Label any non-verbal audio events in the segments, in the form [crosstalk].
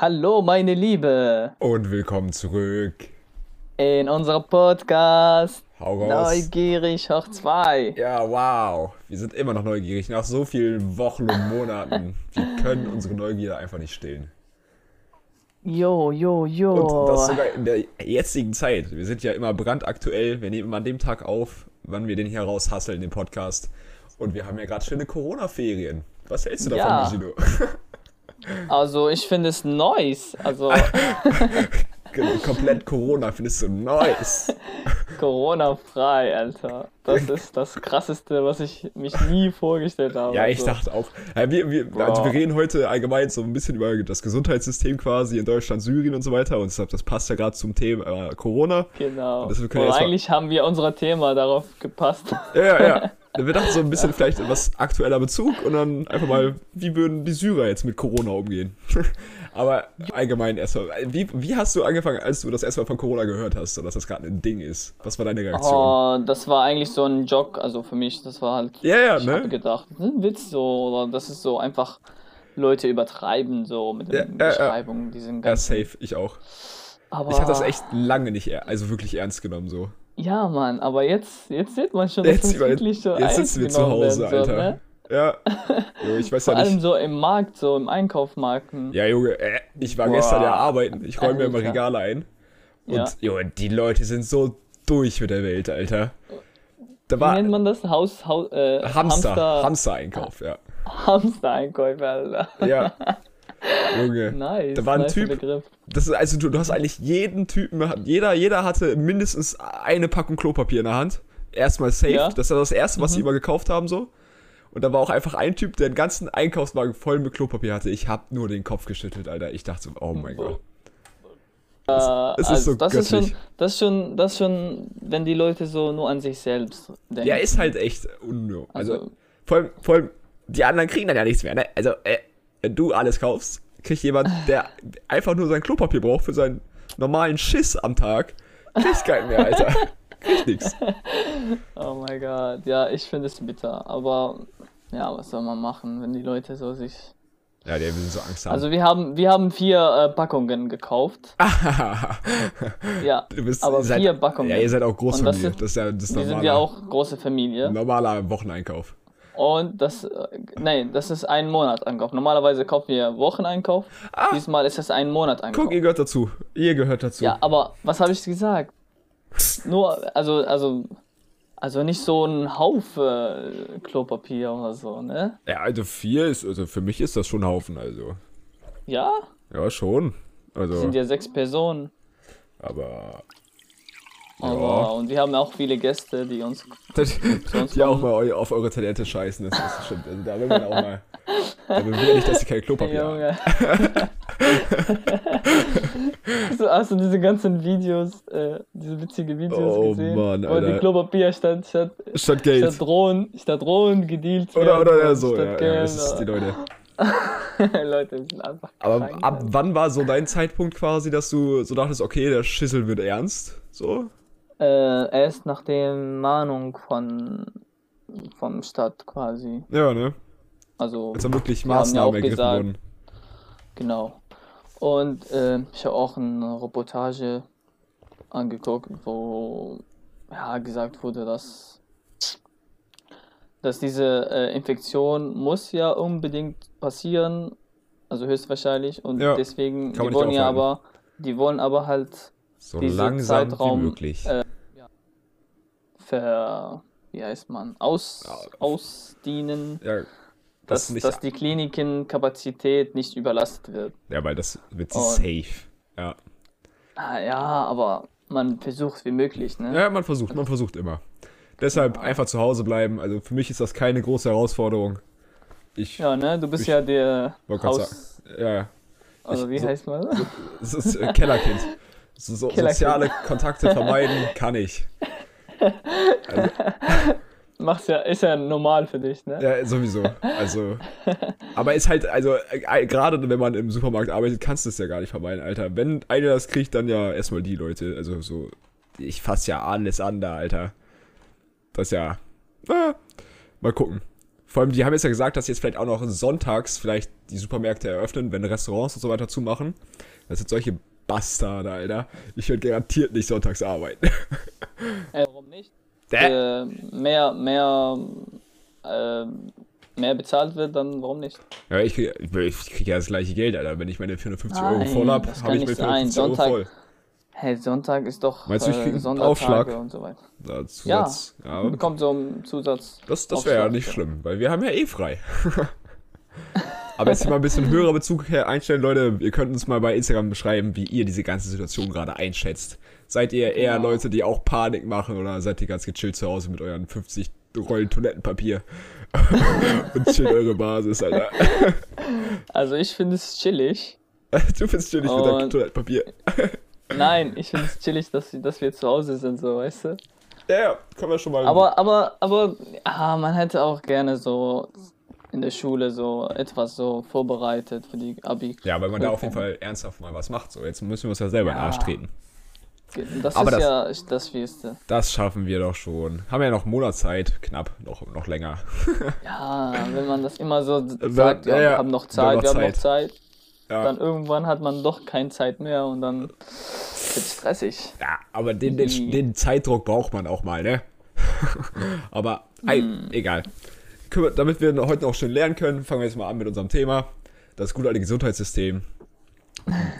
hallo meine Liebe Und willkommen zurück. in unserem Podcast Hau raus. Neugierig hoch 2. Ja, wow. Wir sind immer noch neugierig. Nach so vielen Wochen und Monaten. Wir können unsere Neugier einfach nicht stillen. Jo, jo, Und das jo. sogar in der jetzigen Zeit. Wir sind ja immer brandaktuell. Wir nehmen immer an dem Tag auf, wann wir den hier raushasseln, den Podcast. Und wir haben ja gerade schöne Corona-Ferien. Was hältst du davon, Ja. Bushido? Also ich finde es nice. [laughs] Also Genau, Komplett Corona findest du nice. Corona-frei, Alter. Das ist das Krasseste, was ich mich nie vorgestellt habe. Ja, ich also, dachte auch. Ja, wir, wir, also wir reden heute allgemein so ein bisschen über das Gesundheitssystem quasi in Deutschland, Syrien und so weiter. Und deshalb, das passt ja gerade zum Thema äh, Corona. Genau. Das- wir Und können jetzt mal- eigentlich haben wir unser Thema darauf gepasst. Ja, ja, ja. [laughs] Wir dachten so ein bisschen vielleicht was aktueller Bezug und dann einfach mal, wie würden die Syrer jetzt mit Corona umgehen? [laughs] Aber allgemein erstmal, wie, wie hast du angefangen, als du das erstmal von Corona gehört hast, so dass das gerade ein Ding ist? Was war deine Reaktion? Oh, das war eigentlich so ein Joke, also für mich, das war halt. ja, ja, Ich habe ne? gedacht, das ist ein Witz so, oder das ist so einfach, Leute übertreiben so mit Ja, den ja, ja. Beschreibungen, diesen Ja, ganzen. safe, ich auch. aber, Ich habe das echt lange nicht, er- also wirklich ernst genommen so. Ja, Mann, aber jetzt, jetzt sieht man schon, Jetzt, dass das über- wirklich so jetzt sitzen wir zu ernst genommen Hause, werden soll, Alter. ne? [laughs] Ja. Jo, ich weiß Vor ja allem nicht. so im Markt, so im Einkaufsmarkt. Ja, Junge, äh, ich war Boah. gestern ja arbeiten. Ich räume mir immer Alter. Regale ein. Und Ja. Junge, die Leute sind so durch mit der Welt, Alter. Da Wie war nennt man das? Haus, Haus, äh, Hamster, Hamster, Hamster-Einkauf, ja. Hamster-Einkäufe, Alter. [laughs] Ja. Junge. Nice, Da war ein nice Typ- Begriff. Das ist, also du, du hast eigentlich jeden Typen, hat- jeder, jeder hatte mindestens eine Packung Klopapier in der Hand. Erstmal safe. Ja. Mhm. Das war das erste, was sie immer gekauft haben, so. Und da war auch einfach ein Typ, der den ganzen Einkaufswagen voll mit Klopapier hatte. Ich hab nur den Kopf geschüttelt, Alter. Ich dachte so, oh mein Gott. Äh, es ist so das ist schon, göttlich. das ist schon, das ist schon, wenn die Leute so nur an sich selbst denken. Ja, ist halt echt unnö. Also, Also- vor, allem, vor allem, die anderen kriegen dann ja nichts mehr, ne? Also, äh, wenn du alles kaufst, kriegt jemand, der einfach nur sein Klopapier braucht für seinen normalen Schiss am Tag, kriegt keinen [laughs] mehr, Alter. Kriegt nix. Oh mein Gott, ja, ich finde es bitter, aber ja, was soll man machen, wenn die Leute so sich. Ja, der will so Angst haben. Also wir haben, wir haben vier äh, Packungen [laughs] gekauft. ja, du bist, aber ihr seid, vier Packungen. Ja, ihr seid ne? auch groß Und von das mir. sind- Das ist ja das ist wir normaler, sind ja auch große Familie. normaler Wocheneinkauf. Und das, äh, nein, das ist ein Monat Einkauf. Normalerweise kaufen wir Wocheneinkauf. Diesmal ist es ein Monat Einkauf. Ah. Guck, ihr gehört dazu. Ihr gehört dazu. Ja, aber was habe ich gesagt? Nur, also, also, also nicht so ein Haufe äh, Klopapier oder so, ne? ja, also vier ist, also für mich ist das schon ein Haufen, also. Ja, Ja, schon. Also, sind ja sechs Personen. aber. Aber, Oh, und wir haben auch viele Gäste, die uns. [laughs] [laughs] sonst die auch mal eu auf eure Talente scheißen, das ist stimmt. Also da will man auch mal. Da will man nicht, dass sie kein Klopapier haben. Junge. [laughs] hast, du, hast du diese ganzen Videos, äh, diese witzigen Videos Oh gesehen? Mann, wo die Alter. Klopapier statt, statt, Statt Geld. statt Drohnen, statt Drohnen gedealt Oder, werden, oder ja, so, ja, statt ja, Geld, das ist die Leute. aber- [laughs] Leute sind einfach Aber krank, ab Alter. wann war so dein Zeitpunkt quasi, dass du so dachtest, okay, der Schissel wird ernst? So? Äh, erst nach der Mahnung von vom Stadt quasi. Ja, ne? Also Als dann wirklich Die haben ja auch Maßnahmen ergriffen gesagt- wurden. Genau. Und äh, ich habe auch eine Reportage angeguckt, wo ja, gesagt wurde, dass, dass diese äh, Infektion muss ja unbedingt passieren, also höchstwahrscheinlich. Und Ja, deswegen, kann man die nicht wollen ja aufhalten. aber, die wollen aber halt So diese langsam Zeitraum, wie möglich. äh, ver, wie heißt man, aus, ausdienen, ja, das, dass, nicht. dass die Klinikenkapazität nicht überlastet wird. ja, weil das wird Oh. safe. Ja. Ah, Ja, aber man versucht wie möglich, ne? ja, man versucht, man versucht immer. Deshalb einfach zu Hause bleiben. Also für mich ist das keine große Herausforderung. Ich Ja, ne? Du bist Ich ja der wollte gerade Haus... sagen. Ja, ja. Also, wie so- heißt man? [laughs] Es ist äh, Kellerkind. So, so, Kellerkind. Soziale Kontakte vermeiden kann ich. Machst ja, ist ja normal für dich, ne? Ja, sowieso. Also, aber ist halt, also, äh, gerade wenn man im Supermarkt arbeitet, kannst du es ja gar nicht vermeiden, Alter. Wenn einer das kriegt, dann ja erstmal die Leute. Also, so, ich fass ja alles an da, Alter. Das ist ja, na, ah, mal gucken. Vor allem, die haben jetzt ja gesagt, dass jetzt vielleicht auch noch sonntags vielleicht die Supermärkte eröffnen, wenn Restaurants und so weiter zumachen. Das sind solche Bastarde, Alter. Ich würde garantiert nicht sonntags arbeiten. Äh, warum nicht? Äh, mehr, mehr, äh, mehr bezahlt wird, dann warum nicht? Ja, ich kriege ich krieg ja das gleiche Geld, Alter. Wenn ich meine 450 Euro Nein, voll habe, das habe kann ich meine nicht sein. 450 Euro Sonntag- voll. Hey, Sonntag ist doch äh, Meinst du, ich krieg einen Sondertage Aufschlag? und so weiter. Da, Ja, Zusatz, ja. ja. bekommt so einen Zusatz. Das, das wäre ja Aufschlag, nicht ja. schlimm, weil wir haben ja [laughs] eh frei. Aber jetzt mal ein bisschen höherer Bezug her einstellen, Leute. Ihr könnt uns mal bei Instagram beschreiben, wie ihr diese ganze Situation gerade einschätzt. Seid ihr eher Genau. Leute, die auch Panik machen oder seid ihr ganz gechillt zu Hause mit euren 50 Rollen Toilettenpapier [laughs] und chillt eure Basis, Alter? [laughs] Also ich finde es chillig. Du findest chillig mit deinem Und- Toilettenpapier. Nein, ich finde es chillig, dass, dass wir zu Hause sind, so weißt du. Ja, ja, können wir schon mal. Aber, aber, aber, ah, man hätte auch gerne so in der Schule so etwas so vorbereitet für die Abi. ja, weil man da auf jeden Fall ernsthaft mal was macht. So, jetzt müssen wir uns ja selber in den Arsch Ja. treten. Das Aber ist ja das Schwierigste. Das schaffen wir doch schon. Haben ja noch einen Monat Zeit, knapp, noch, noch länger. Ja, Ah, wenn man das immer so Wenn- sagt, ja, ja, ja, wir haben noch wir Zeit, haben noch wir haben noch Zeit. Zeit, Ja. dann irgendwann hat man doch keine Zeit mehr und dann wird stressig. Ja, aber den, den, Mhm. den Zeitdruck braucht man auch mal, ne? [laughs] aber ei, Mm. egal. Können wir- Damit wir heute noch schön lernen können, fangen wir jetzt mal an mit unserem Thema. Das gute [laughs] alte Gesundheitssystem.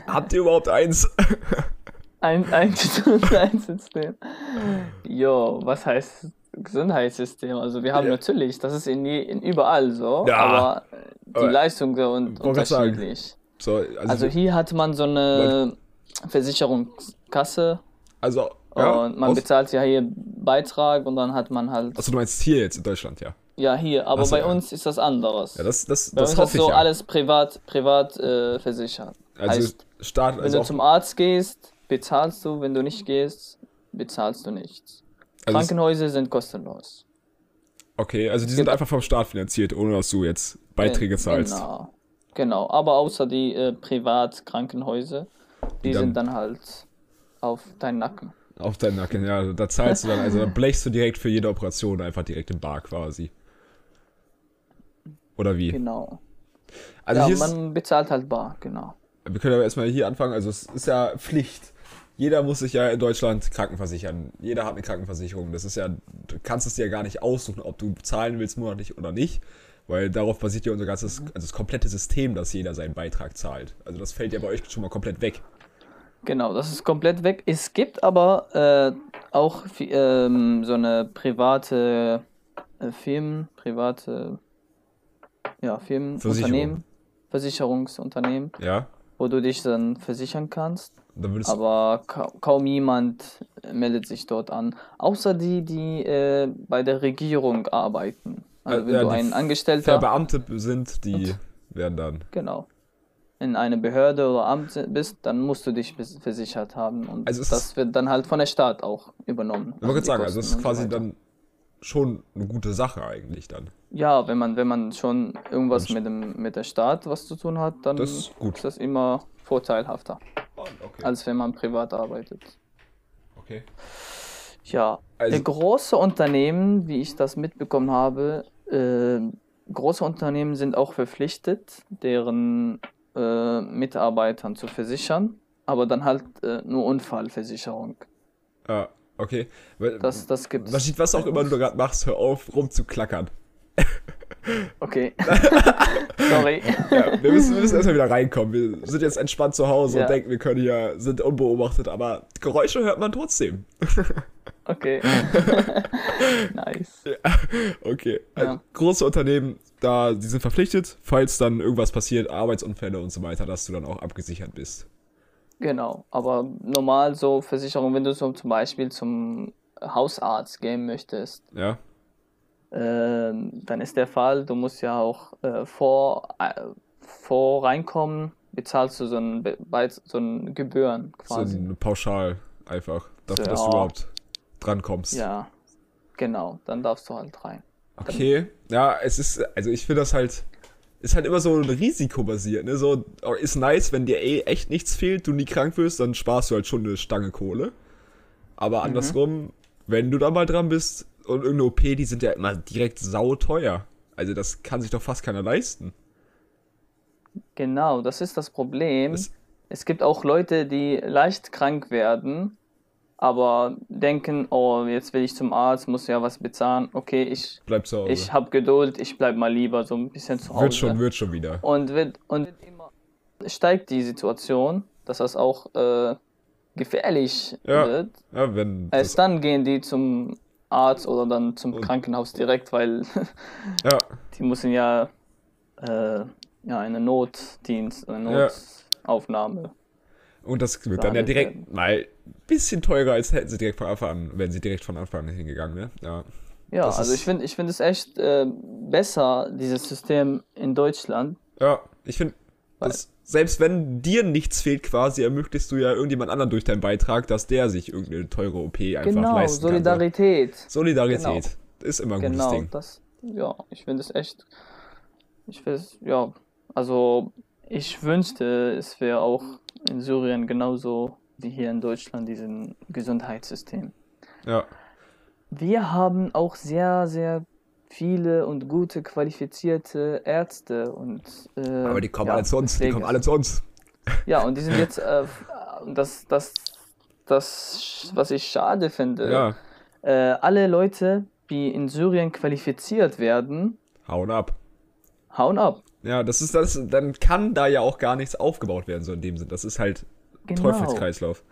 Habt ihr überhaupt eins? Ein, ein, [laughs] ein System. Jo, was heißt Gesundheitssystem? Also wir haben Ja. natürlich, das ist in, je, in überall so, Ja. aber die Aber- Leistung so und Wollte grad sagen. unterschiedlich. So, also, Also also, hier hat man so eine Versicherungskasse also, ja, und man aus, bezahlt ja hier Beitrag und dann hat man halt also du meinst hier jetzt in Deutschland, ja. ja hier, aber Ach so, bei ja. uns ist das anderes. Ja, das, das, bei uns das ist das hoffe ich so ja. alles privat privat äh, versichert. also heißt, Staat, wenn also, du auch, zum Arzt gehst, bezahlst du, wenn du nicht gehst, bezahlst du nichts. also es- Krankenhäuser sind kostenlos. okay, also die sind einfach vom Staat finanziert, ohne dass du jetzt Beiträge zahlst. Genau. Genau, aber außer die äh, Privatkrankenhäuser, die Dann- sind dann halt auf deinen Nacken. Auf deinen Nacken, ja. Da zahlst du [laughs] dann, also da blechst du direkt für jede Operation einfach direkt im Bar quasi. Oder wie? Genau. Also hier ja, ist, man bezahlt halt bar, genau. wir können aber erstmal hier anfangen. Also es ist ja Pflicht. Jeder muss sich ja in Deutschland krankenversichern. Jeder hat eine Krankenversicherung. Das ist ja, du kannst es dir ja gar nicht aussuchen, ob du zahlen willst monatlich oder nicht. Weil darauf basiert ja unser ganzes, Mhm. also das komplette System, dass jeder seinen Beitrag zahlt. Also das fällt ja bei euch schon mal komplett weg. Genau, das ist komplett weg. Es gibt aber äh, auch fi- ähm, so eine private äh, Firmen, private ja, Firmen, Versicherung. Unternehmen, Versicherungsunternehmen, Ja? wo du dich dann versichern kannst. Dann würdest du, Aber ka kaum jemand meldet sich dort an, außer die, die äh, bei der Regierung arbeiten. Also Äh, wenn ja, du die ein Angestellter, Verbeamte sind, die werden dann genau, in eine Behörde oder Amt si- bist, dann musst du dich bes- versichert haben und Also es das wird dann halt von der Staat auch übernommen. Ich wollte gerade sagen, also das ist die Kosten und so quasi weiter. dann schon eine gute Sache eigentlich dann. Ja, wenn man wenn man schon irgendwas mit dem mit der Staat was zu tun hat, dann Das ist gut. ist das immer vorteilhafter, Oh, Okay. als wenn man privat arbeitet. okay. Ja, Also- äh, große Unternehmen, wie ich das mitbekommen habe, äh, große Unternehmen sind auch verpflichtet, deren äh, Mitarbeitern zu versichern, aber dann halt äh, nur Unfallversicherung. Ah, okay. Weil- Das, das gibt's. Rashid, Mhm. was auch immer du gerade machst, hör auf, rumzuklackern. [laughs] Okay. Sorry. Ja, wir müssen, wir müssen erstmal wieder reinkommen. Wir sind jetzt entspannt zu Hause Ja. und denken, wir können hier, sind unbeobachtet, aber Geräusche hört man trotzdem. Okay. [laughs] nice. Okay. Ja. Also große Unternehmen, da, die sind verpflichtet, falls dann irgendwas passiert, Arbeitsunfälle und so weiter, dass du dann auch abgesichert bist. Genau. Aber normal so Versicherung, wenn du so zum Beispiel zum Hausarzt gehen möchtest, Ja? Ähm, dann ist der Fall, du musst ja auch äh, vor, äh, vor reinkommen, bezahlst du so einen, Be Beiz- so einen Gebühren So quasi. ein pauschal einfach, dafür, So, dass du ja. überhaupt drankommst. Ja, genau, dann darfst du halt rein. Okay, ja, es ist, also ich finde das halt, ist halt immer so ein risikobasiert, ne? So, oh, ist nice, wenn dir eh echt nichts fehlt, du nie krank wirst, dann sparst du halt schon eine Stange Kohle. Mhm. Aber andersrum, wenn du da mal dran bist und irgendeine OP, die sind ja immer direkt sauteuer. Also das kann sich doch fast keiner leisten. Genau, das ist das Problem. Das- es gibt auch Leute, die leicht krank werden, aber denken, oh, jetzt will ich zum Arzt, muss ja was bezahlen. Okay, ich, Bleib zu Hause. ich habe Geduld, ich bleib mal lieber so ein bisschen zu Hause. wird schon, wird schon wieder. Und wird und wird immer steigt die Situation, dass das auch äh, gefährlich Ja. wird. Ja, wenn das, Erst dann gehen die zum Arzt oder dann zum Krankenhaus direkt, weil [laughs] ja, die müssen ja, äh, ja eine Notdienst, eine Ja. Notaufnahme. und das wird dann ja Behandelt direkt mal ein bisschen teurer, als hätten sie direkt von Anfang an, wären sie direkt von Anfang an hingegangen, ne? Ja. Ja, Das also ist- ich finde ich find es echt äh, besser, dieses System in Deutschland. Ja, ich finde, dass selbst wenn dir nichts fehlt, quasi ermöglichst du ja irgendjemand anderen durch deinen Beitrag, dass der sich irgendeine teure OP einfach Genau, leisten kann. ne? Solidarität. Solidarität ist immer ein gutes Genau, Ding. das, ja, ich finde es echt, ich finde es, ja, also ich wünschte, es wäre auch in Syrien genauso wie hier in Deutschland, diesen Gesundheitssystem. Ja, Wir haben auch sehr, sehr viele und gute qualifizierte Ärzte und äh, aber die kommen ja, alle zu uns, die Pflege- kommen alle zu uns. Ja, und die sind jetzt, äh, f- äh, das, das, das, was ich schade finde, Ja, äh, alle Leute, die in Syrien qualifiziert werden, hauen ab. hauen ab. Ja, das ist das, dann kann da ja auch gar nichts aufgebaut werden, so in dem Sinn. Das ist halt Genau. Teufelskreislauf.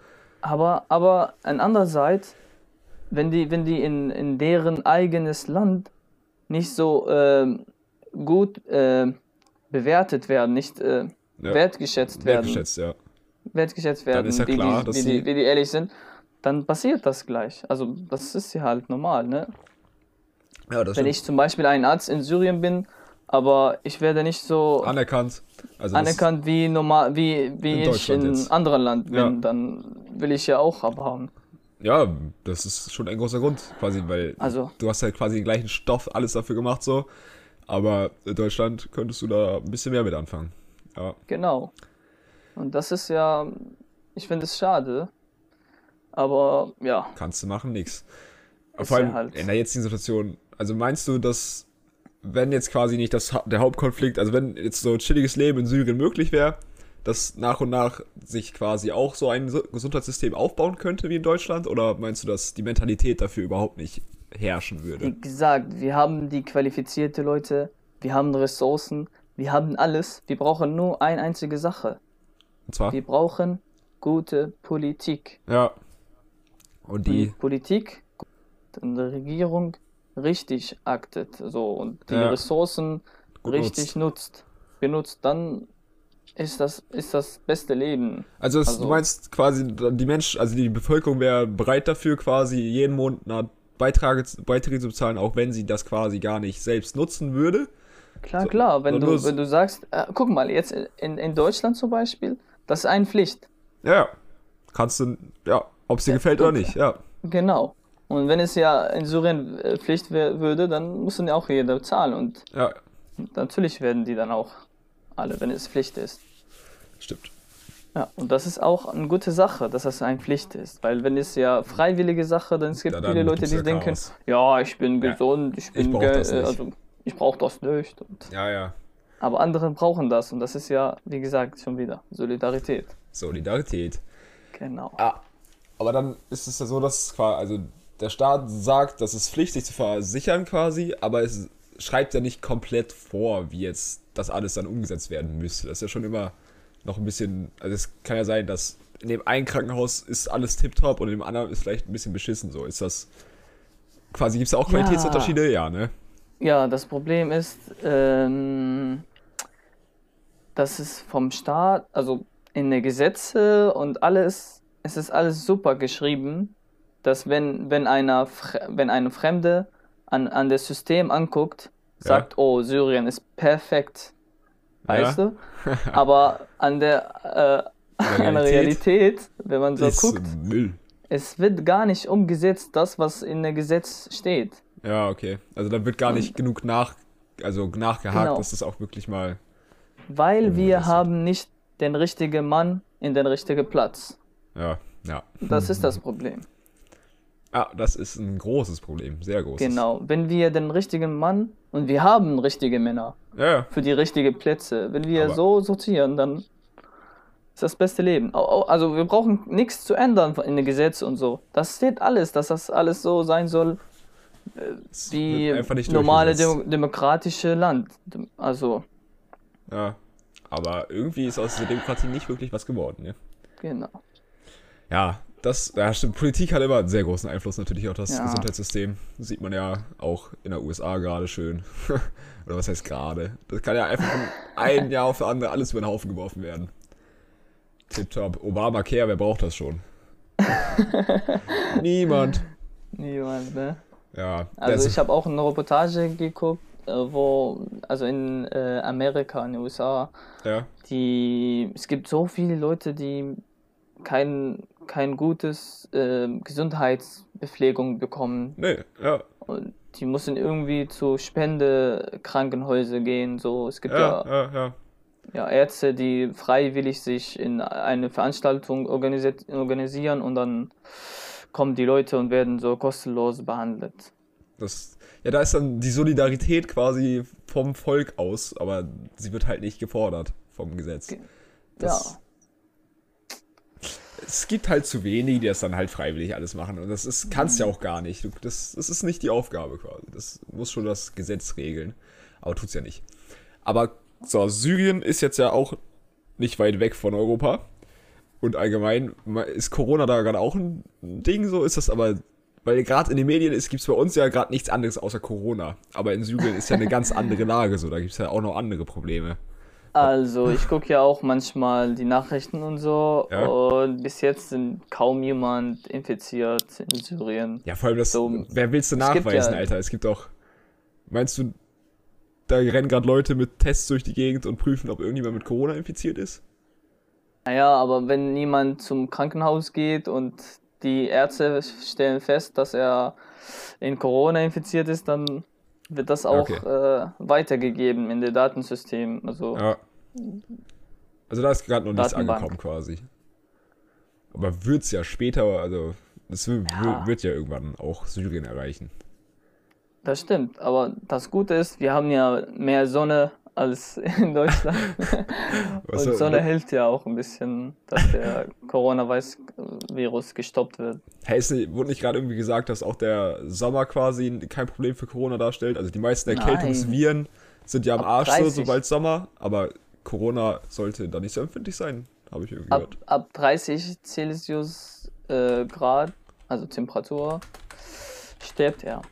Aber, aber an andererseits, wenn die, wenn die in, in deren eigenes Land nicht so ähm, gut äh, bewertet werden, nicht äh, Ja. wertgeschätzt werden, Wertgeschätzt, ja. wertgeschätzt werden, ist ja wie, klar, die, dass wie, sie- die, wie die ehrlich sind, dann passiert das gleich. Also das ist ja halt normal, ne? Ja, das Wenn stimmt. ich zum Beispiel ein Arzt in Syrien bin, aber ich werde nicht so anerkannt. Also das- anerkannt wie normal, wie, wie In ich in Deutschland jetzt. anderen Land bin, Ja. dann will ich ja auch abhauen. Ja, das ist schon ein großer Grund, quasi, weil Also- du hast halt quasi den gleichen Stoff, alles dafür gemacht, so. Aber in Deutschland könntest du da ein bisschen mehr mit anfangen. Ja, Genau. Und das ist ja, ich finde es schade. Aber ja, kannst du machen, nix. Ist Vor allem ja halt- in der jetzigen Situation. Also meinst du, dass, wenn jetzt quasi nicht das, Ha- der Hauptkonflikt, also wenn jetzt so ein chilliges Leben in Syrien möglich wäre, dass nach und nach sich quasi auch so ein so- Gesundheitssystem aufbauen könnte wie in Deutschland? Oder meinst du, dass die Mentalität dafür überhaupt nicht herrschen würde? wie gesagt, wir haben die qualifizierte Leute, wir haben Ressourcen, wir haben alles. Wir brauchen nur eine einzige Sache. Und zwar? Wir brauchen gute Politik. Ja. Und die die. Politik und die Regierung richtig aktet so und die Ja. Ressourcen Gut richtig nutzt, benutzt, dann ist das ist das beste Leben. Also, es, du Also- meinst quasi, die Mensch, also die Bevölkerung wäre bereit dafür, quasi jeden Monat Beiträge, Beiträge zu bezahlen, auch wenn sie das quasi gar nicht selbst nutzen würde. Klar, So, klar, wenn so du los. wenn du sagst, äh, guck mal, jetzt in, in Deutschland zum Beispiel, das ist eine Pflicht. Ja, ja. Kannst du, ja, ob es dir gefällt oder nicht, ja. Genau. Und wenn es ja in Syrien äh, Pflicht wär, würde, dann muss dann ja auch jeder zahlen. Und Ja, natürlich werden die dann auch alle, wenn es Pflicht ist. stimmt. Ja, und das ist auch eine gute Sache, dass das eine Pflicht ist, weil wenn es ja freiwillige Sache, dann es gibt Ja, dann viele Leute, gibt's die ja denken, Chaos. ja, ich bin Ja, gesund, ich bin brauch ge- das äh, nicht. also ich brauche das nicht. Und, Ja, ja. aber andere brauchen das und das ist ja, wie gesagt, schon wieder Solidarität. Solidarität. Genau. Ah, aber dann ist es ja so, dass es quasi, also der Staat sagt, das ist Pflicht, sich zu versichern quasi, aber es schreibt ja nicht komplett vor, wie jetzt das alles dann umgesetzt werden müsste. Das ist ja schon immer noch ein bisschen, also es kann ja sein, dass in dem einen Krankenhaus ist alles tiptop und in dem anderen ist vielleicht ein bisschen beschissen so. Ist das quasi, gibt es da auch Qualitätsunterschiede? Ja, ne? Ja, das Problem ist, ähm, dass es vom Staat, also in den Gesetze und alles, es ist alles super geschrieben, dass wenn, wenn einer, Fre- wenn eine Fremde an, an das System anguckt, Ja. sagt, oh, Syrien ist perfekt, weißt ja? [laughs] du? Aber an der, äh, an der Realität. Realität, wenn man so ist guckt, Müll. es wird gar nicht umgesetzt, das, was in dem Gesetz steht. Ja, okay. Also dann wird gar nicht genug nach, also nachgehakt, Mhm. Genau. dass das auch wirklich mal. Weil wir Unrealistisch. haben nicht den richtigen Mann in den richtigen Platz. Ja, ja. Das ist das Problem. Ah, das ist ein großes Problem, sehr großes. Genau. Wenn wir den richtigen Mann, und wir haben richtige Männer Ja, ja. für die richtigen Plätze, wenn wir Aber- so sortieren, dann ist das beste Leben. Au- au- Also wir brauchen nichts zu ändern in den Gesetzen und so. Das steht alles, dass das alles so sein soll Es wie wird einfach nicht normale durchgesetzt. Demo demokratische Land. Dem- Also, Ja. Aber irgendwie ist aus der Demokratie nicht wirklich was geworden, ne? genau. Ja, das ja, stimmt. Politik hat immer einen sehr großen Einfluss natürlich auf das Ja. Gesundheitssystem. Das sieht man ja auch in der USA gerade schön. [laughs] Oder was heißt gerade? Das kann ja einfach von [laughs] einem Jahr auf das andere alles über den Haufen geworfen werden. Tipptopp. Obamacare, wer braucht [laughs] das schon? Niemand. Niemand, ne? Ja, Also das- ich habe auch eine Reportage geguckt, äh, wo, also in äh, Amerika, in den USA, ja, die, es gibt so viele Leute, die kein, kein gutes ähm, Gesundheitspflegung bekommen. nee, ja, Und die müssen irgendwie zu Spendekrankenhäuser gehen. So, es gibt ja, ja, ja, ja. ja Ärzte, die freiwillig sich in eine Veranstaltung organisiert, organisieren und dann kommen die Leute und werden so kostenlos behandelt. Das, ja, da ist dann die Solidarität quasi vom Volk aus, aber sie wird halt nicht gefordert vom Gesetz. Ge- Das, ja. Es gibt halt zu wenige, die das dann halt freiwillig alles machen. Und das ist, kannst Mhm. ja auch gar nicht. Du, das, das ist nicht die Aufgabe quasi. Das muss schon das Gesetz regeln. Aber tut's ja nicht. Aber so, Syrien ist jetzt ja auch nicht weit weg von Europa. Und allgemein ma- ist Corona da gerade auch ein Ding, so ist das aber, weil gerade in den Medien ist, gibt's bei uns ja gerade nichts anderes außer Corona. Aber in Syrien ist ja eine ganz andere Lage, so da gibt's ja auch noch andere Probleme. Also, ich gucke ja auch manchmal die Nachrichten und so. Ja. Und bis jetzt sind kaum jemand infiziert in Syrien. Ja, vor allem das, So, wer willst du es gibt nachweisen, ja- Alter? Es gibt auch, meinst du, da rennen gerade Leute mit Tests durch die Gegend und prüfen, ob irgendjemand mit Corona infiziert ist? Naja, aber wenn niemand zum Krankenhaus geht und die Ärzte stellen fest, dass er in Corona infiziert ist, dann wird das auch Okay. äh, weitergegeben in den Datensystemen. Also, Ja. Also da ist gerade noch nichts Datenbank. angekommen quasi. Aber wird's ja später, also das wi- Ja. wird ja irgendwann auch Syrien erreichen. das stimmt. Aber das Gute ist, wir haben ja mehr Sonne als in Deutschland. [laughs] Was Und soll- Sonne hilft ja auch ein bisschen, dass der Coronavirus gestoppt wird. Hey, ist nicht, wurde nicht gerade irgendwie gesagt, dass auch der Sommer quasi kein Problem für Corona darstellt? Also die meisten Nein. Erkältungsviren sind ja am Ab Arsch so, 30. sobald Sommer, aber Corona sollte da nicht so empfindlich sein, habe ich irgendwie Ab, gehört. ab 30 Celsius äh, Grad, also Temperatur, stirbt er.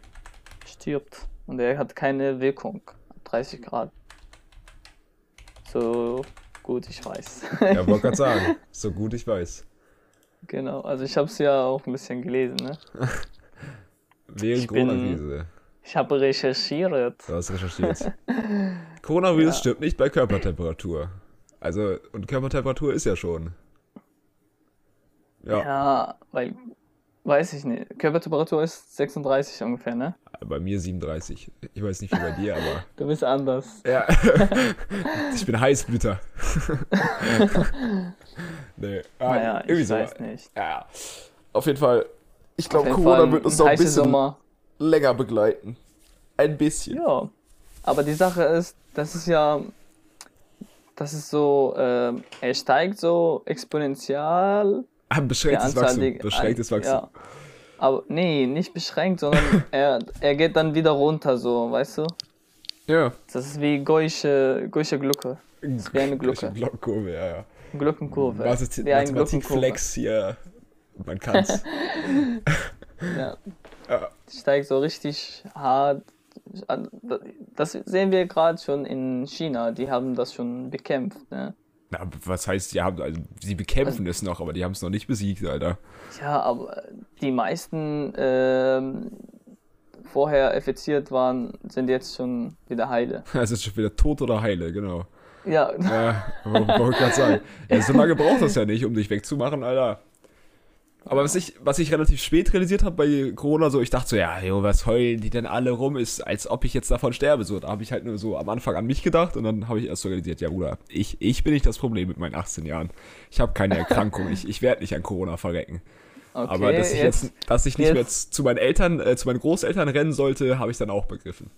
Stirbt. Und er hat keine Wirkung. Ab 30 Grad. So gut, ich weiß. [laughs] Ja, wollte gerade sagen, so gut ich weiß. genau, also ich habe es ja auch ein bisschen gelesen. Ne? Während Ich bin- Corona-Krise, Ich habe recherchiert. du hast [laughs] recherchiert. Coronavirus Ja. stirbt nicht bei Körpertemperatur. Also, und Körpertemperatur ist ja schon. Ja, Ja, weil, weiß ich nicht. Körpertemperatur ist 36 ungefähr, ne? bei mir 37. Ich weiß nicht, wie bei dir, aber. Du bist anders. [laughs] Ja. ich bin Heißblüter. nee. Ah, Naja, irgendwie ich so. weiß nicht. Ja. Auf jeden Fall. Ich Auf glaube, jeden Corona Fall wird uns ein noch ein heißer bisschen Sommer. länger begleiten. Ein bisschen. Ja. Aber die Sache ist, das ist ja, das ist so, ähm, er steigt so exponentiell. Ein die beschränktes Anzahl Wachstum. der- Beschränktes an- Wachstum. Ja. Aber nee, nicht beschränkt, [laughs] sondern er, er geht dann wieder runter, so, weißt du? Ja. Das ist wie goische, goische Glocke. wie eine Glocke. Glockenkurve, ja, ja. Glockenkurve. Was ist Wie eine Mathematikflex hier? Man kann's. [laughs] Ja. Ja. Steigt so richtig hart. an. Das sehen wir gerade schon in China. Die haben das schon bekämpft. Ne? Na, was heißt, die haben, also, sie bekämpfen es noch, aber die haben es noch nicht besiegt, Alter. [laughs] Ja, aber die meisten ähm, vorher infiziert waren, sind jetzt schon wieder heile. Es ist schon wieder tot oder heile, genau. Ja, Ja, wollte gerade sagen. Ja, so lange braucht das ja nicht, um dich wegzumachen, Alter. Aber was ich, was ich relativ spät realisiert habe bei Corona, so ich dachte so, ja, jo, was heulen die denn alle rum, ist, als ob ich jetzt davon sterbe. So, da habe ich halt nur so am Anfang an mich gedacht und dann habe ich erst so realisiert, ja Bruder, ich, ich bin nicht das Problem mit meinen 18 Jahren. Ich habe keine Erkrankung, ich, ich werde nicht an Corona verrecken. Okay, [laughs] Aber dass ich jetzt, dass ich nicht mehr jetzt- zu meinen Eltern, äh, zu meinen Großeltern rennen sollte, habe ich dann auch begriffen.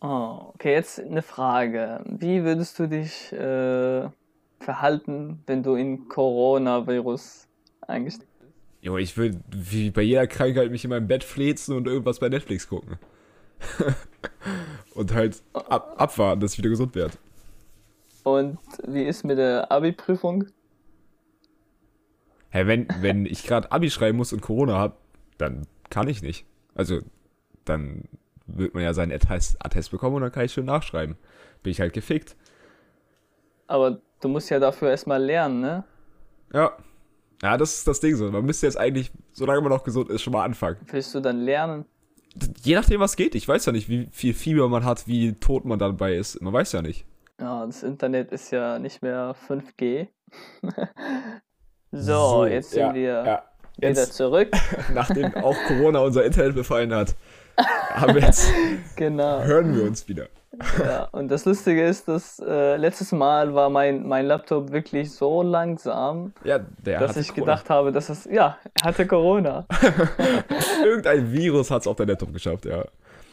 Oh, okay, jetzt eine Frage. Wie würdest du dich äh, verhalten, wenn du in Coronavirus eingesteckt bist? Jo, ich würde wie bei jeder Krankheit mich in meinem Bett flezen und irgendwas bei Netflix gucken. [laughs] und halt ab, abwarten, dass ich wieder gesund werde. Und wie ist mit der Abi-Prüfung? Hä, wenn, wenn ich gerade Abi schreiben muss und Corona habe, dann kann ich nicht. Also, dann wird man ja seinen Attest, Attest bekommen und dann kann ich schön nachschreiben. Bin ich halt gefickt. Aber du musst ja dafür erstmal lernen, ne? Ja. Ja, das ist das Ding so. Man müsste jetzt eigentlich, solange man noch gesund ist, schon mal anfangen. Willst du dann lernen? Je nachdem, was geht. Ich weiß ja nicht, wie viel Fieber man hat, wie tot man dabei ist. Man weiß ja nicht. Ja, das Internet ist ja nicht mehr 5G. [laughs] So, jetzt sind ja, wir Ja. wieder Jetzt, [laughs] zurück. nachdem auch Corona unser Internet [laughs] befallen hat, haben wir jetzt, Genau. hören wir uns wieder. Ja, und das Lustige ist, dass äh, letztes Mal war mein, mein Laptop wirklich so langsam, Ja, der dass hatte ich Corona. gedacht habe, dass es, ja, er hatte Corona. Irgendein Virus hat es auf der Laptop geschafft, ja.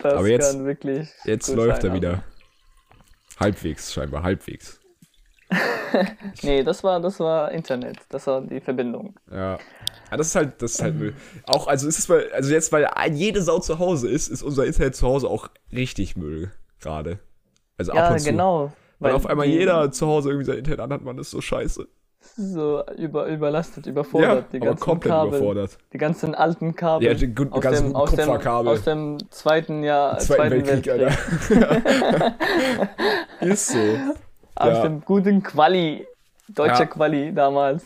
Das [laughs] Aber jetzt- kann wirklich. Jetzt gut läuft sein, er aber- wieder. Halbwegs, scheinbar, halbwegs. Nee, das war, das war Internet. Das war die Verbindung. Ja. ja das ist halt, das ist halt Müll. Auch, also ist es weil, also jetzt, weil ein- jede Sau zu Hause ist, ist unser Internet zu Hause auch richtig Müll gerade. Also ab Ja, und zu. genau. Weil auf einmal die jeder zu Hause irgendwie sein Internet anhat, man ist so scheiße. So über, überlastet, Ja, überfordert. die aber ganzen komplett Kabel, überfordert. Die ganzen alten Kabel. Ja, die gut- aus ganzen dem, aus, dem, Kupferkabel. aus dem zweiten Jahr. Äh, Zweiten Weltkrieg, [laughs] Alter. ist so. Aus Ja. dem guten Quali. Deutsche Ja. Quali damals.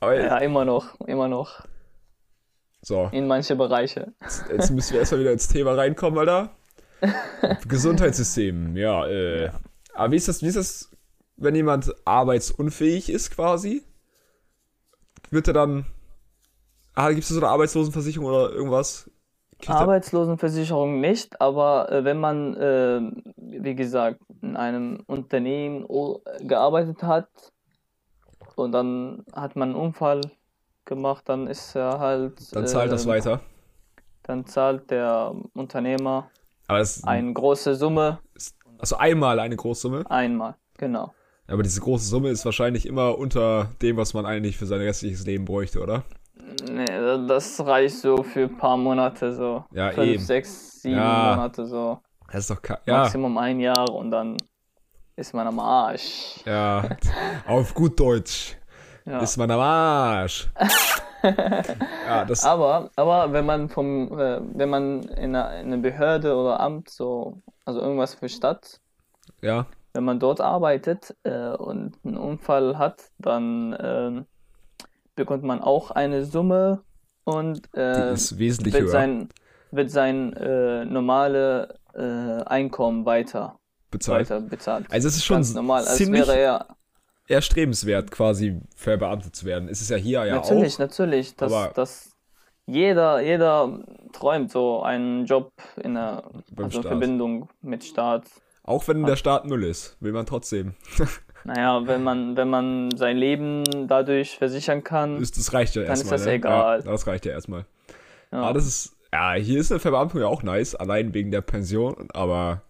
Aber Ja, immer noch, immer noch. so, In manche Bereiche. jetzt, jetzt müssen wir erstmal wieder ins Thema reinkommen, Alter. Gesundheitssystem, ja, äh. Aber wie ist das, wie ist das, wenn jemand arbeitsunfähig ist quasi? Wird er dann. Ah, gibt es so eine Arbeitslosenversicherung oder irgendwas? Kriegt er- Arbeitslosenversicherung nicht, aber äh, wenn man, ähm, wie gesagt, in einem Unternehmen o- gearbeitet hat und dann hat man einen Unfall gemacht, dann ist er halt. dann zahlt das ähm, weiter. Dann zahlt der Unternehmer Aber das eine große Summe ist also einmal eine Großsumme. einmal. Genau. Aber diese große Summe ist wahrscheinlich immer unter dem, was man eigentlich für sein restliches Leben bräuchte, oder? Nee, das reicht so für ein paar Monate so. Ja, Fünf, eben. sechs, sieben Ja. Monate so. Das ist doch ka- ja, Maximum ein Jahr und dann ist man am Arsch. ja. [laughs] Auf gut Deutsch Ja. ist man [laughs] am Arsch. ja, das Aber, aber wenn man vom, äh, wenn man in einer, in einer Behörde oder Amt so, also irgendwas für Stadt, ja, wenn man dort arbeitet äh, und einen Unfall hat, dann ähm, bekommt man auch eine Summe und die äh, ist wesentlich wird höher. sein, wird sein äh, normale äh, Einkommen weiter, bezahlt. weiter bezahlt. Also es ist schon Ganz normal, als ziemlich wäre er. erstrebenswert, quasi verbeamtet zu werden. Ist es ja hier ja Natürlich, ne? auch. natürlich, dass, aber- dass jeder, jeder träumt so einen Job in einer Beim also in Staat. Verbindung mit Staat. Auch wenn der Staat Müll ist, will man trotzdem. Naja, wenn man, wenn man sein Leben dadurch versichern kann, Ist, das reicht Hm. ja ist erstmal. das ne? egal. Ja, das reicht ja erstmal. ja. Aber das ist, ja, hier ist eine Verbeamtung ja auch nice, allein wegen der Pension, aber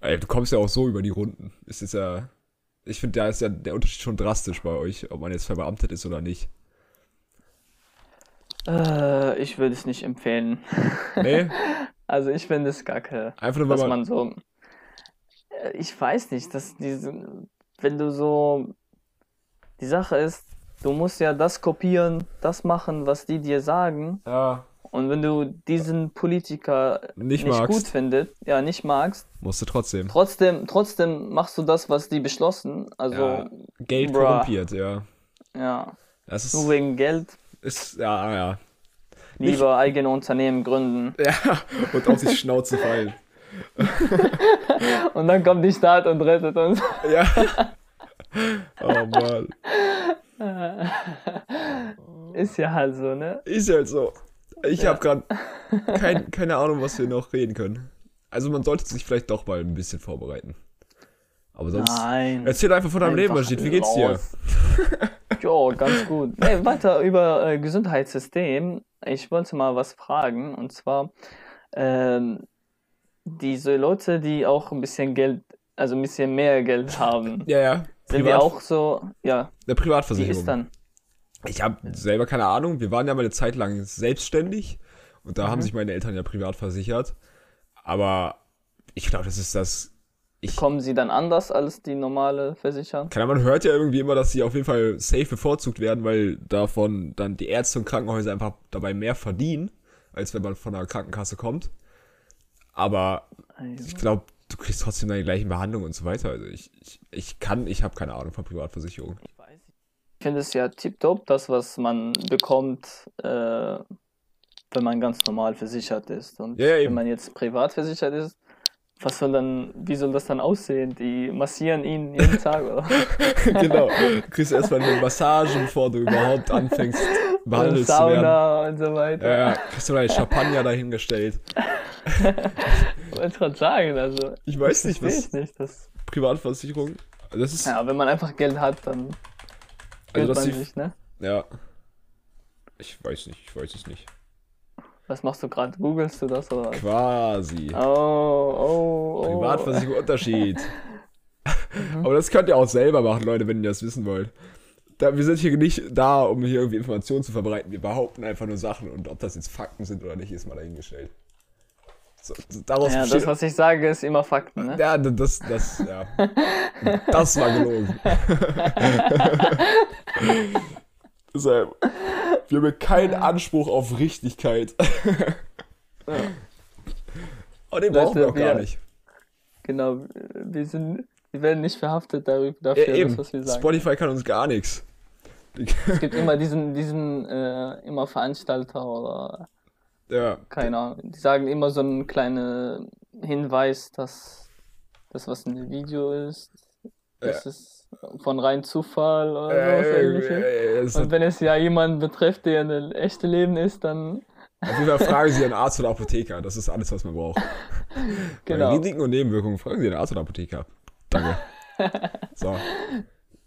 ey, du kommst ja auch so über die Runden. Es ist ja, ich finde, da ist ja der Unterschied schon drastisch bei euch, ob man jetzt verbeamtet ist oder nicht. äh, ich würde es nicht empfehlen. [laughs] Nee, Also ich finde es kacke, einfach nur, dass weil man, man so. Äh, Ich weiß nicht, dass diese, wenn du so. Die Sache ist, du musst ja das kopieren, das machen, was die dir sagen. ja, Und wenn du diesen Politiker nicht, nicht, gut magst, findest, ja, nicht magst, musst du trotzdem. trotzdem, trotzdem machst du das, was die beschlossen. Ja, Also, Geld Bruh. korrumpiert, ja. ja, Das ist, nur wegen Geld ist ja, ah, ja. [laughs] lieber eigene Unternehmen gründen. Ja, und auf die Schnauze fallen. Und dann kommt die Stadt und rettet uns. [laughs] Ja. Oh Mann. Ist ja halt so, ne? Ist halt so. Ich habe gerade kein, keine Ahnung, was wir noch reden können. Also man sollte sich vielleicht doch mal ein bisschen vorbereiten. Aber sonst. Nein. Erzähl einfach von deinem Leben, Einfach Majid. Wie geht's dir? raus. [laughs] Jo, ganz gut. Nee, weiter über äh, Gesundheitssystem. Ich wollte mal was fragen. Und zwar, ähm, diese Leute, die auch ein bisschen Geld, also ein bisschen mehr Geld haben, Ja, ja. sind die auch so, ja, Eine die Privatversicherung. ist dann. Ich habe selber keine Ahnung. Wir waren ja mal eine Zeit lang selbstständig und Mhm. da haben sich meine Eltern ja privat versichert. Aber ich glaube, das ist das. Ich, Kommen sie dann anders als die normale Versicherung? keine Ahnung, man hört ja irgendwie immer, dass sie auf jeden Fall safe bevorzugt werden, weil davon dann die Ärzte und Krankenhäuser einfach dabei mehr verdienen, als wenn man von einer Krankenkasse kommt. Aber ich glaube, du kriegst trotzdem dann die gleichen Behandlungen und so weiter. Also ich, ich, ich kann, ich habe keine Ahnung von Privatversicherung. Ich weiß nicht. Ich finde es ja tipptopp, das, was man bekommt, äh, wenn man ganz normal versichert ist. Und Ja, ja, wenn eben. man jetzt privat versichert ist, was soll dann, wie soll das dann aussehen? Die massieren ihn [laughs] jeden Tag, oder? [laughs] genau. Du kriegst erstmal eine Massage, bevor du überhaupt [laughs] anfängst, behandelt zu werden. Sauna und so weiter. Ja, ja, kriegst du mal Champagner dahingestellt. Ich wollte gerade sagen, also. Ich weiß nicht, verstehe was ich nicht. Das, Privatversicherung. Das ist. Ja. ja, wenn man einfach Geld hat, dann Also, fühlt dass man die- sich, ne? Ich weiß nicht, ich weiß es nicht. Was machst du gerade? Googlest du das oder was? Quasi. Oh, oh, Mhm. oh. Privatversicherung Unterschied. Aber das könnt ihr auch selber machen, Leute, wenn ihr das wissen wollt. Da, wir sind hier nicht da, um hier irgendwie Informationen zu verbreiten. Wir behaupten einfach nur Sachen und ob das jetzt Fakten sind oder nicht, ist mal dahingestellt. So, daraus Ja, besteht das, was ich sage, ist immer Fakten, ne? Ja, d- das, das, ja. Das war gelogen. [laughs] Deshalb, wir haben hier keinen Anspruch auf [laughs] Richtigkeit. Und Oh, den brauchen wir auch Leute, gar wir- nicht. Genau, wir sind, wir werden nicht verhaftet darüber, Ja, dafür, eben. das, was wir sagen. Spotify kann uns gar nichts. [laughs] Es gibt immer diesen, diesen, äh, immer Veranstalter oder Ja, keine Ahnung. Die sagen immer so einen kleinen Hinweis, dass das, was in dem Video ist, das ist von rein Zufall Also, oder sowas ähnliches. äh, es Und hat, wenn es ja jemanden betrifft, der in einem echten Leben ist, dann auf jeden Fall fragen Sie einen Arzt oder Apotheker. Das ist alles, was man braucht. Bei genau. Risiken und Nebenwirkungen fragen Sie den Arzt oder Apotheker. [laughs] Danke. so.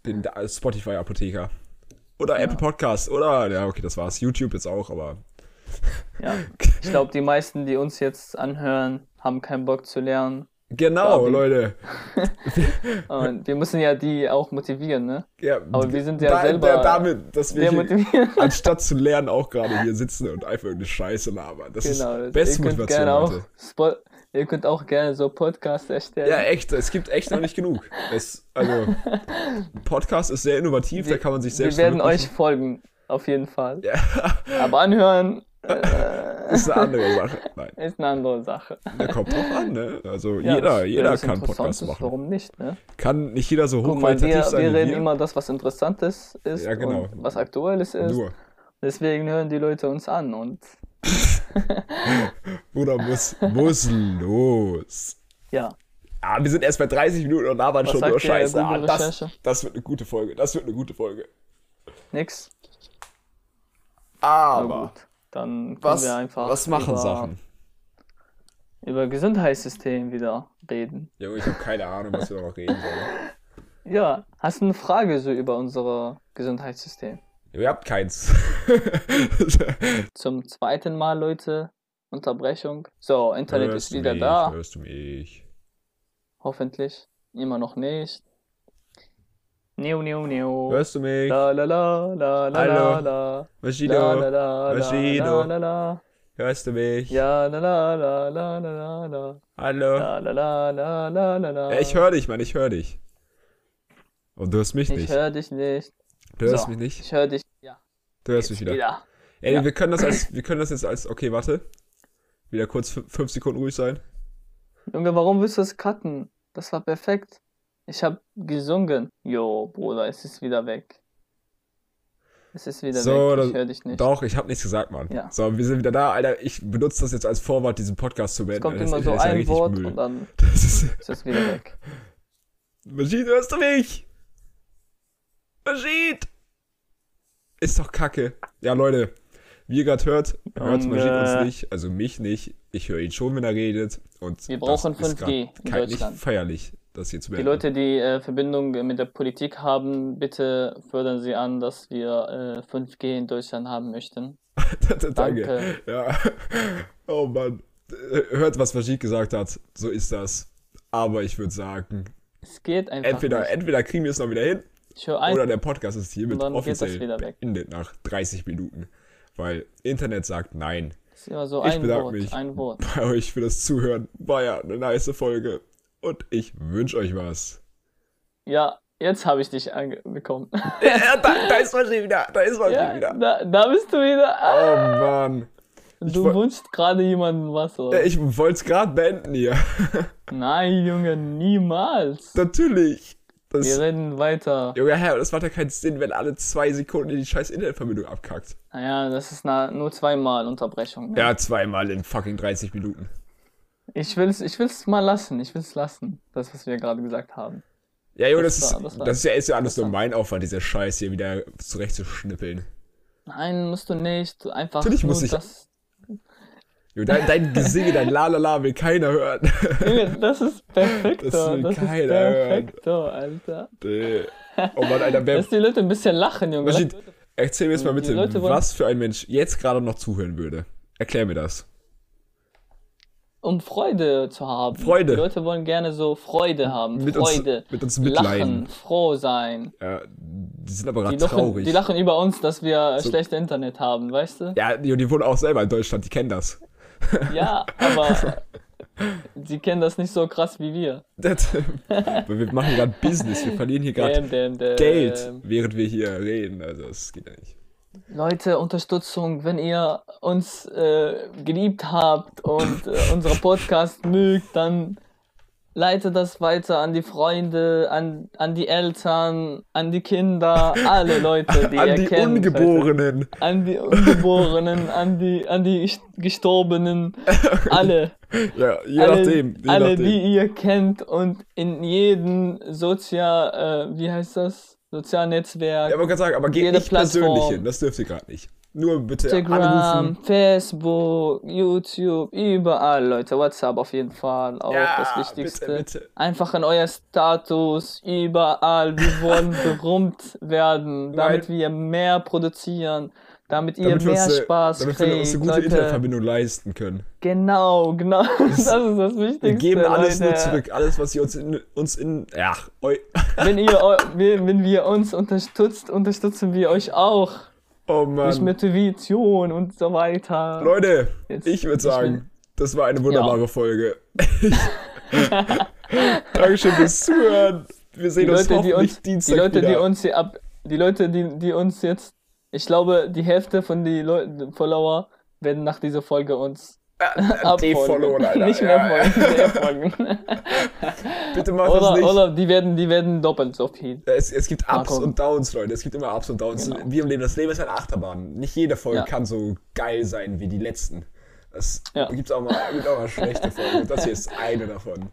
Den Da- Spotify-Apotheker. Oder Apple Podcast. Oder, ja, okay, das war's. YouTube jetzt auch, aber. [laughs] Ja. Ich glaube, die meisten, die uns jetzt anhören, haben keinen Bock zu lernen. Genau, Barbie. Leute. Und wir müssen ja die auch motivieren, ne? Ja, Aber wir sind ja da, selber Da, damit, dass Sehr wir [laughs] hier, motivieren. anstatt zu lernen, auch gerade hier sitzen und einfach irgendeine Scheiße labern. Das Genau, ist beste ihr könnt Motivation, gerne auch Leute. Spo ihr könnt auch gerne so Podcasts erstellen. Ja, echt, es gibt echt noch nicht genug. Es, [laughs] also, Podcast ist sehr innovativ, da kann man sich selbst Wir werden verwirklichen. euch folgen, auf jeden Fall. Ja, [laughs] Aber anhören ist eine andere Sache. Nein. ist eine andere Sache. Da kommt drauf an, ne? Also Ja, jeder, wenn jeder es kann interessant Podcast ist, machen. Warum nicht, ne? Kann nicht jeder so Guck mal, hochqualitativ wir, sein wir wie reden wir. immer das, was Interessantes ist Ja, genau. und was Aktuelles ist. Nur, Deswegen hören die Leute uns an und Bruder, muss, muss los. ja. Ah, wir sind erst bei 30 Minuten und labern Was schon sagt nur der Scheiße. Ah, das, Google-Recherche? das wird eine gute Folge, das wird eine gute Folge. Nix. Na Aber, gut. Dann können was, wir einfach was machen über, Sachen? über Gesundheitssystem wieder reden. Junge, ich habe keine Ahnung, was wir da noch reden [laughs] sollen. Ja, hast du eine Frage so über unser Gesundheitssystem? Ihr habt keins. Zum zweiten Mal, Leute, Unterbrechung. So, Internet ist wieder da, Hörst du mich? hoffentlich. Immer noch nicht. Neo, neo, neo. Hörst du mich? La la la la la la Hallo. la. La la Mashido, la la Bushido. la la. hörst du mich? Ja la la la la la la la. Hallo? La la la la la la la. Ja, ich höre dich, Mann, ich höre dich. Und du hörst mich Ich nicht. höre dich nicht. Du hörst So. mich nicht. Ich höre dich. Ja. Du hörst mich wieder. Wieder. Ey, Ja. wir können das als, wir können das jetzt als, okay, warte. Wieder kurz fün- fünf Sekunden ruhig sein. Junge, warum willst du es cutten? Das war perfekt. Ich hab gesungen. Jo, Bruder, es ist wieder weg. Es ist wieder So, weg. das- Ich höre dich nicht. Doch, ich habe nichts gesagt, Mann. Ja. So, wir sind wieder da, Alter. Ich benutze das jetzt als Vorwort, diesen Podcast zu es beenden. kommt Das immer ist- so das ist ja ein richtig Wort Müll. [laughs] und dann Das ist, ist es wieder weg. Majid, hörst du mich? Majid! Ist doch kacke. Ja, Leute, wie ihr gerade hört, hört Und, Majid äh, uns nicht, also mich nicht. Ich höre ihn schon, wenn er redet. Und Wir das brauchen ist grad 5G in kein, nicht Deutschland. feierlich. das hier zu Die beenden. Leute, die äh, Verbindung mit der Politik haben, bitte fördern sie an, dass wir äh, 5G in Deutschland haben möchten. [laughs] Danke. Danke. Ja. [laughs] Oh Mann. Äh, Hört, was Majid gesagt hat. So ist das. Aber ich würde sagen, Es geht einfach entweder, nicht. entweder kriegen wir es noch wieder hin Ich höre ein, oder der Podcast ist hiermit Und dann geht das offiziell wieder weg. beendet nach 30 Minuten. Weil Internet sagt nein. es ist immer so ich ein bedanke Wort, mich. ein Wort. Bei euch für das Zuhören. War ja eine nice Folge. Und ich wünsche euch was. Ja, jetzt habe ich dich [laughs] angekommen. Ja, da, da ist Majid wieder. Da ist Majid ja, wieder. da, da bist du wieder. Ah, Oh Mann. du woll- Äh, wünschst gerade jemanden was, oder? Ich wollte es gerade beenden hier. [laughs] Nein, Junge, niemals. Natürlich. Das Wir reden weiter. Junge, Herr, das macht ja keinen Sinn, wenn alle zwei Sekunden die scheiß Internetverbindung abkackt. Naja, das ist na, nur zweimal Unterbrechung. Ne? Ja, zweimal in fucking 30 Minuten. Ich will's, ich will's mal lassen. Ich will's lassen. Das, was wir gerade gesagt haben. Ja, Junge, das, Das war- das ist, das, war- ist ja, ist ja alles nur mein Aufwand, dieser Scheiß hier wieder zurechtzuschnippeln. Nein, musst du nicht. Einfach Natürlich nur muss ich- das. Junge, dein, dein Gesinge, dein Lalala will keiner hören. [laughs] Junge, das ist perfekter. Das Das, will ist keiner hören. perfekter, Alter. Äh, oh Mann, Alter, wer, Dass die Leute ein bisschen lachen, Junge. Majid, erzähl mir jetzt mal Die bitte, Leute wollen- was für ein Mensch jetzt gerade noch zuhören würde. Erklär mir das. Um Freude zu haben. Freude. Die Leute wollen gerne so Freude haben. Mit uns- Freude. mit uns Lachen, mitleiden. froh sein. Ja, die sind aber Die gerade lachen, traurig. die lachen über uns, dass wir äh, schlechte Internet haben, weißt du? ja, die, die wohnen auch selber in Deutschland, die kennen das. [laughs] Ja, aber sie kennen das nicht so krass wie wir. das wir machen gerade Business, wir verlieren hier gerade Damn, damn, damn. Geld, ähm. während wir hier reden. Also das geht ja nicht. Leute, Unterstützung, wenn ihr uns äh, geliebt habt und äh, unseren Podcast mögt, dann leitet das weiter an die Freunde, an, an die Eltern, an die Kinder, alle Leute, die halt, ihr [laughs] An die kennt. Ungeborenen. Leute. An die Ungeborenen, an die, an die [laughs] Gestorbenen, alle. Ja, je alle, nachdem. Je alle nachdem. die ihr kennt und in jedem Sozia, äh, wie heißt das? Sozialnetzwerk, ja, man kann sagen, aber geht jede nicht persönlich Plattform. hin. Das dürft ihr gerade nicht. Nur bitte Instagram, anrufen. Facebook, YouTube, überall, Leute. WhatsApp auf jeden Fall, auch Ja, das Wichtigste. bitte, bitte. Einfach in euer Status, überall. [laughs] Wir wollen berühmt werden, damit wir mehr produzieren, damit, Damit ihr wir, mehr uns, äh, Spaß damit wir uns kriegt, eine gute Leute. Internetverbindung leisten können. Genau, genau. [laughs] Das ist das Wichtigste. Wir geben alles Leute. nur zurück. Alles, was ihr uns in. Uns in ja, eu, Wenn, ihr, eu- wenn wenn wir uns unterstützt, unterstützen wir euch auch. oh Durch Mann. Motivation und so weiter. Leute, Jetzt- ich würde ich sagen, will- das war eine wunderbare Folge. [laughs] Dankeschön fürs Zuhören. Wir sehen die uns Leute, die hoffentlich uns, die Dienstag Leute, wieder. die uns hier ab, die Leute, die, die uns jetzt, ich glaube, die Hälfte von die Leu Follower werden nach dieser Folge uns [laughs] abfolgen. defollowen, Alter. Nicht Ja, mehr folgen, folgen. Bitte macht [laughs] das oder, nicht. Äh, oder die werden, die werden doppelt so viel. Es, es gibt Ups gucken. und Downs, Leute. Es gibt immer Ups und Downs. Genau. Wie im Leben. Das Leben ist eine Achterbahn. Nicht jede Folge Ja. kann so geil sein wie die letzten. Es Ja. gibt, auch mal, gibt auch mal schlechte Folgen. Und das hier ist [laughs] eine davon.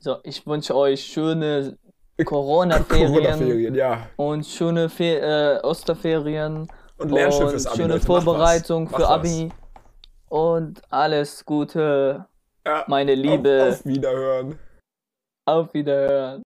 So, ich wünsche euch schöne Corona-Ferien Corona-Ferien, ja. und schöne Fe äh, Osterferien. Und Lernstoff fürs und Abi, schöne Leute. Macht was. Vorbereitung Macht für was. Abi und alles Gute, Ja. meine Liebe. Auf, auf Wiederhören. Auf Wiederhören.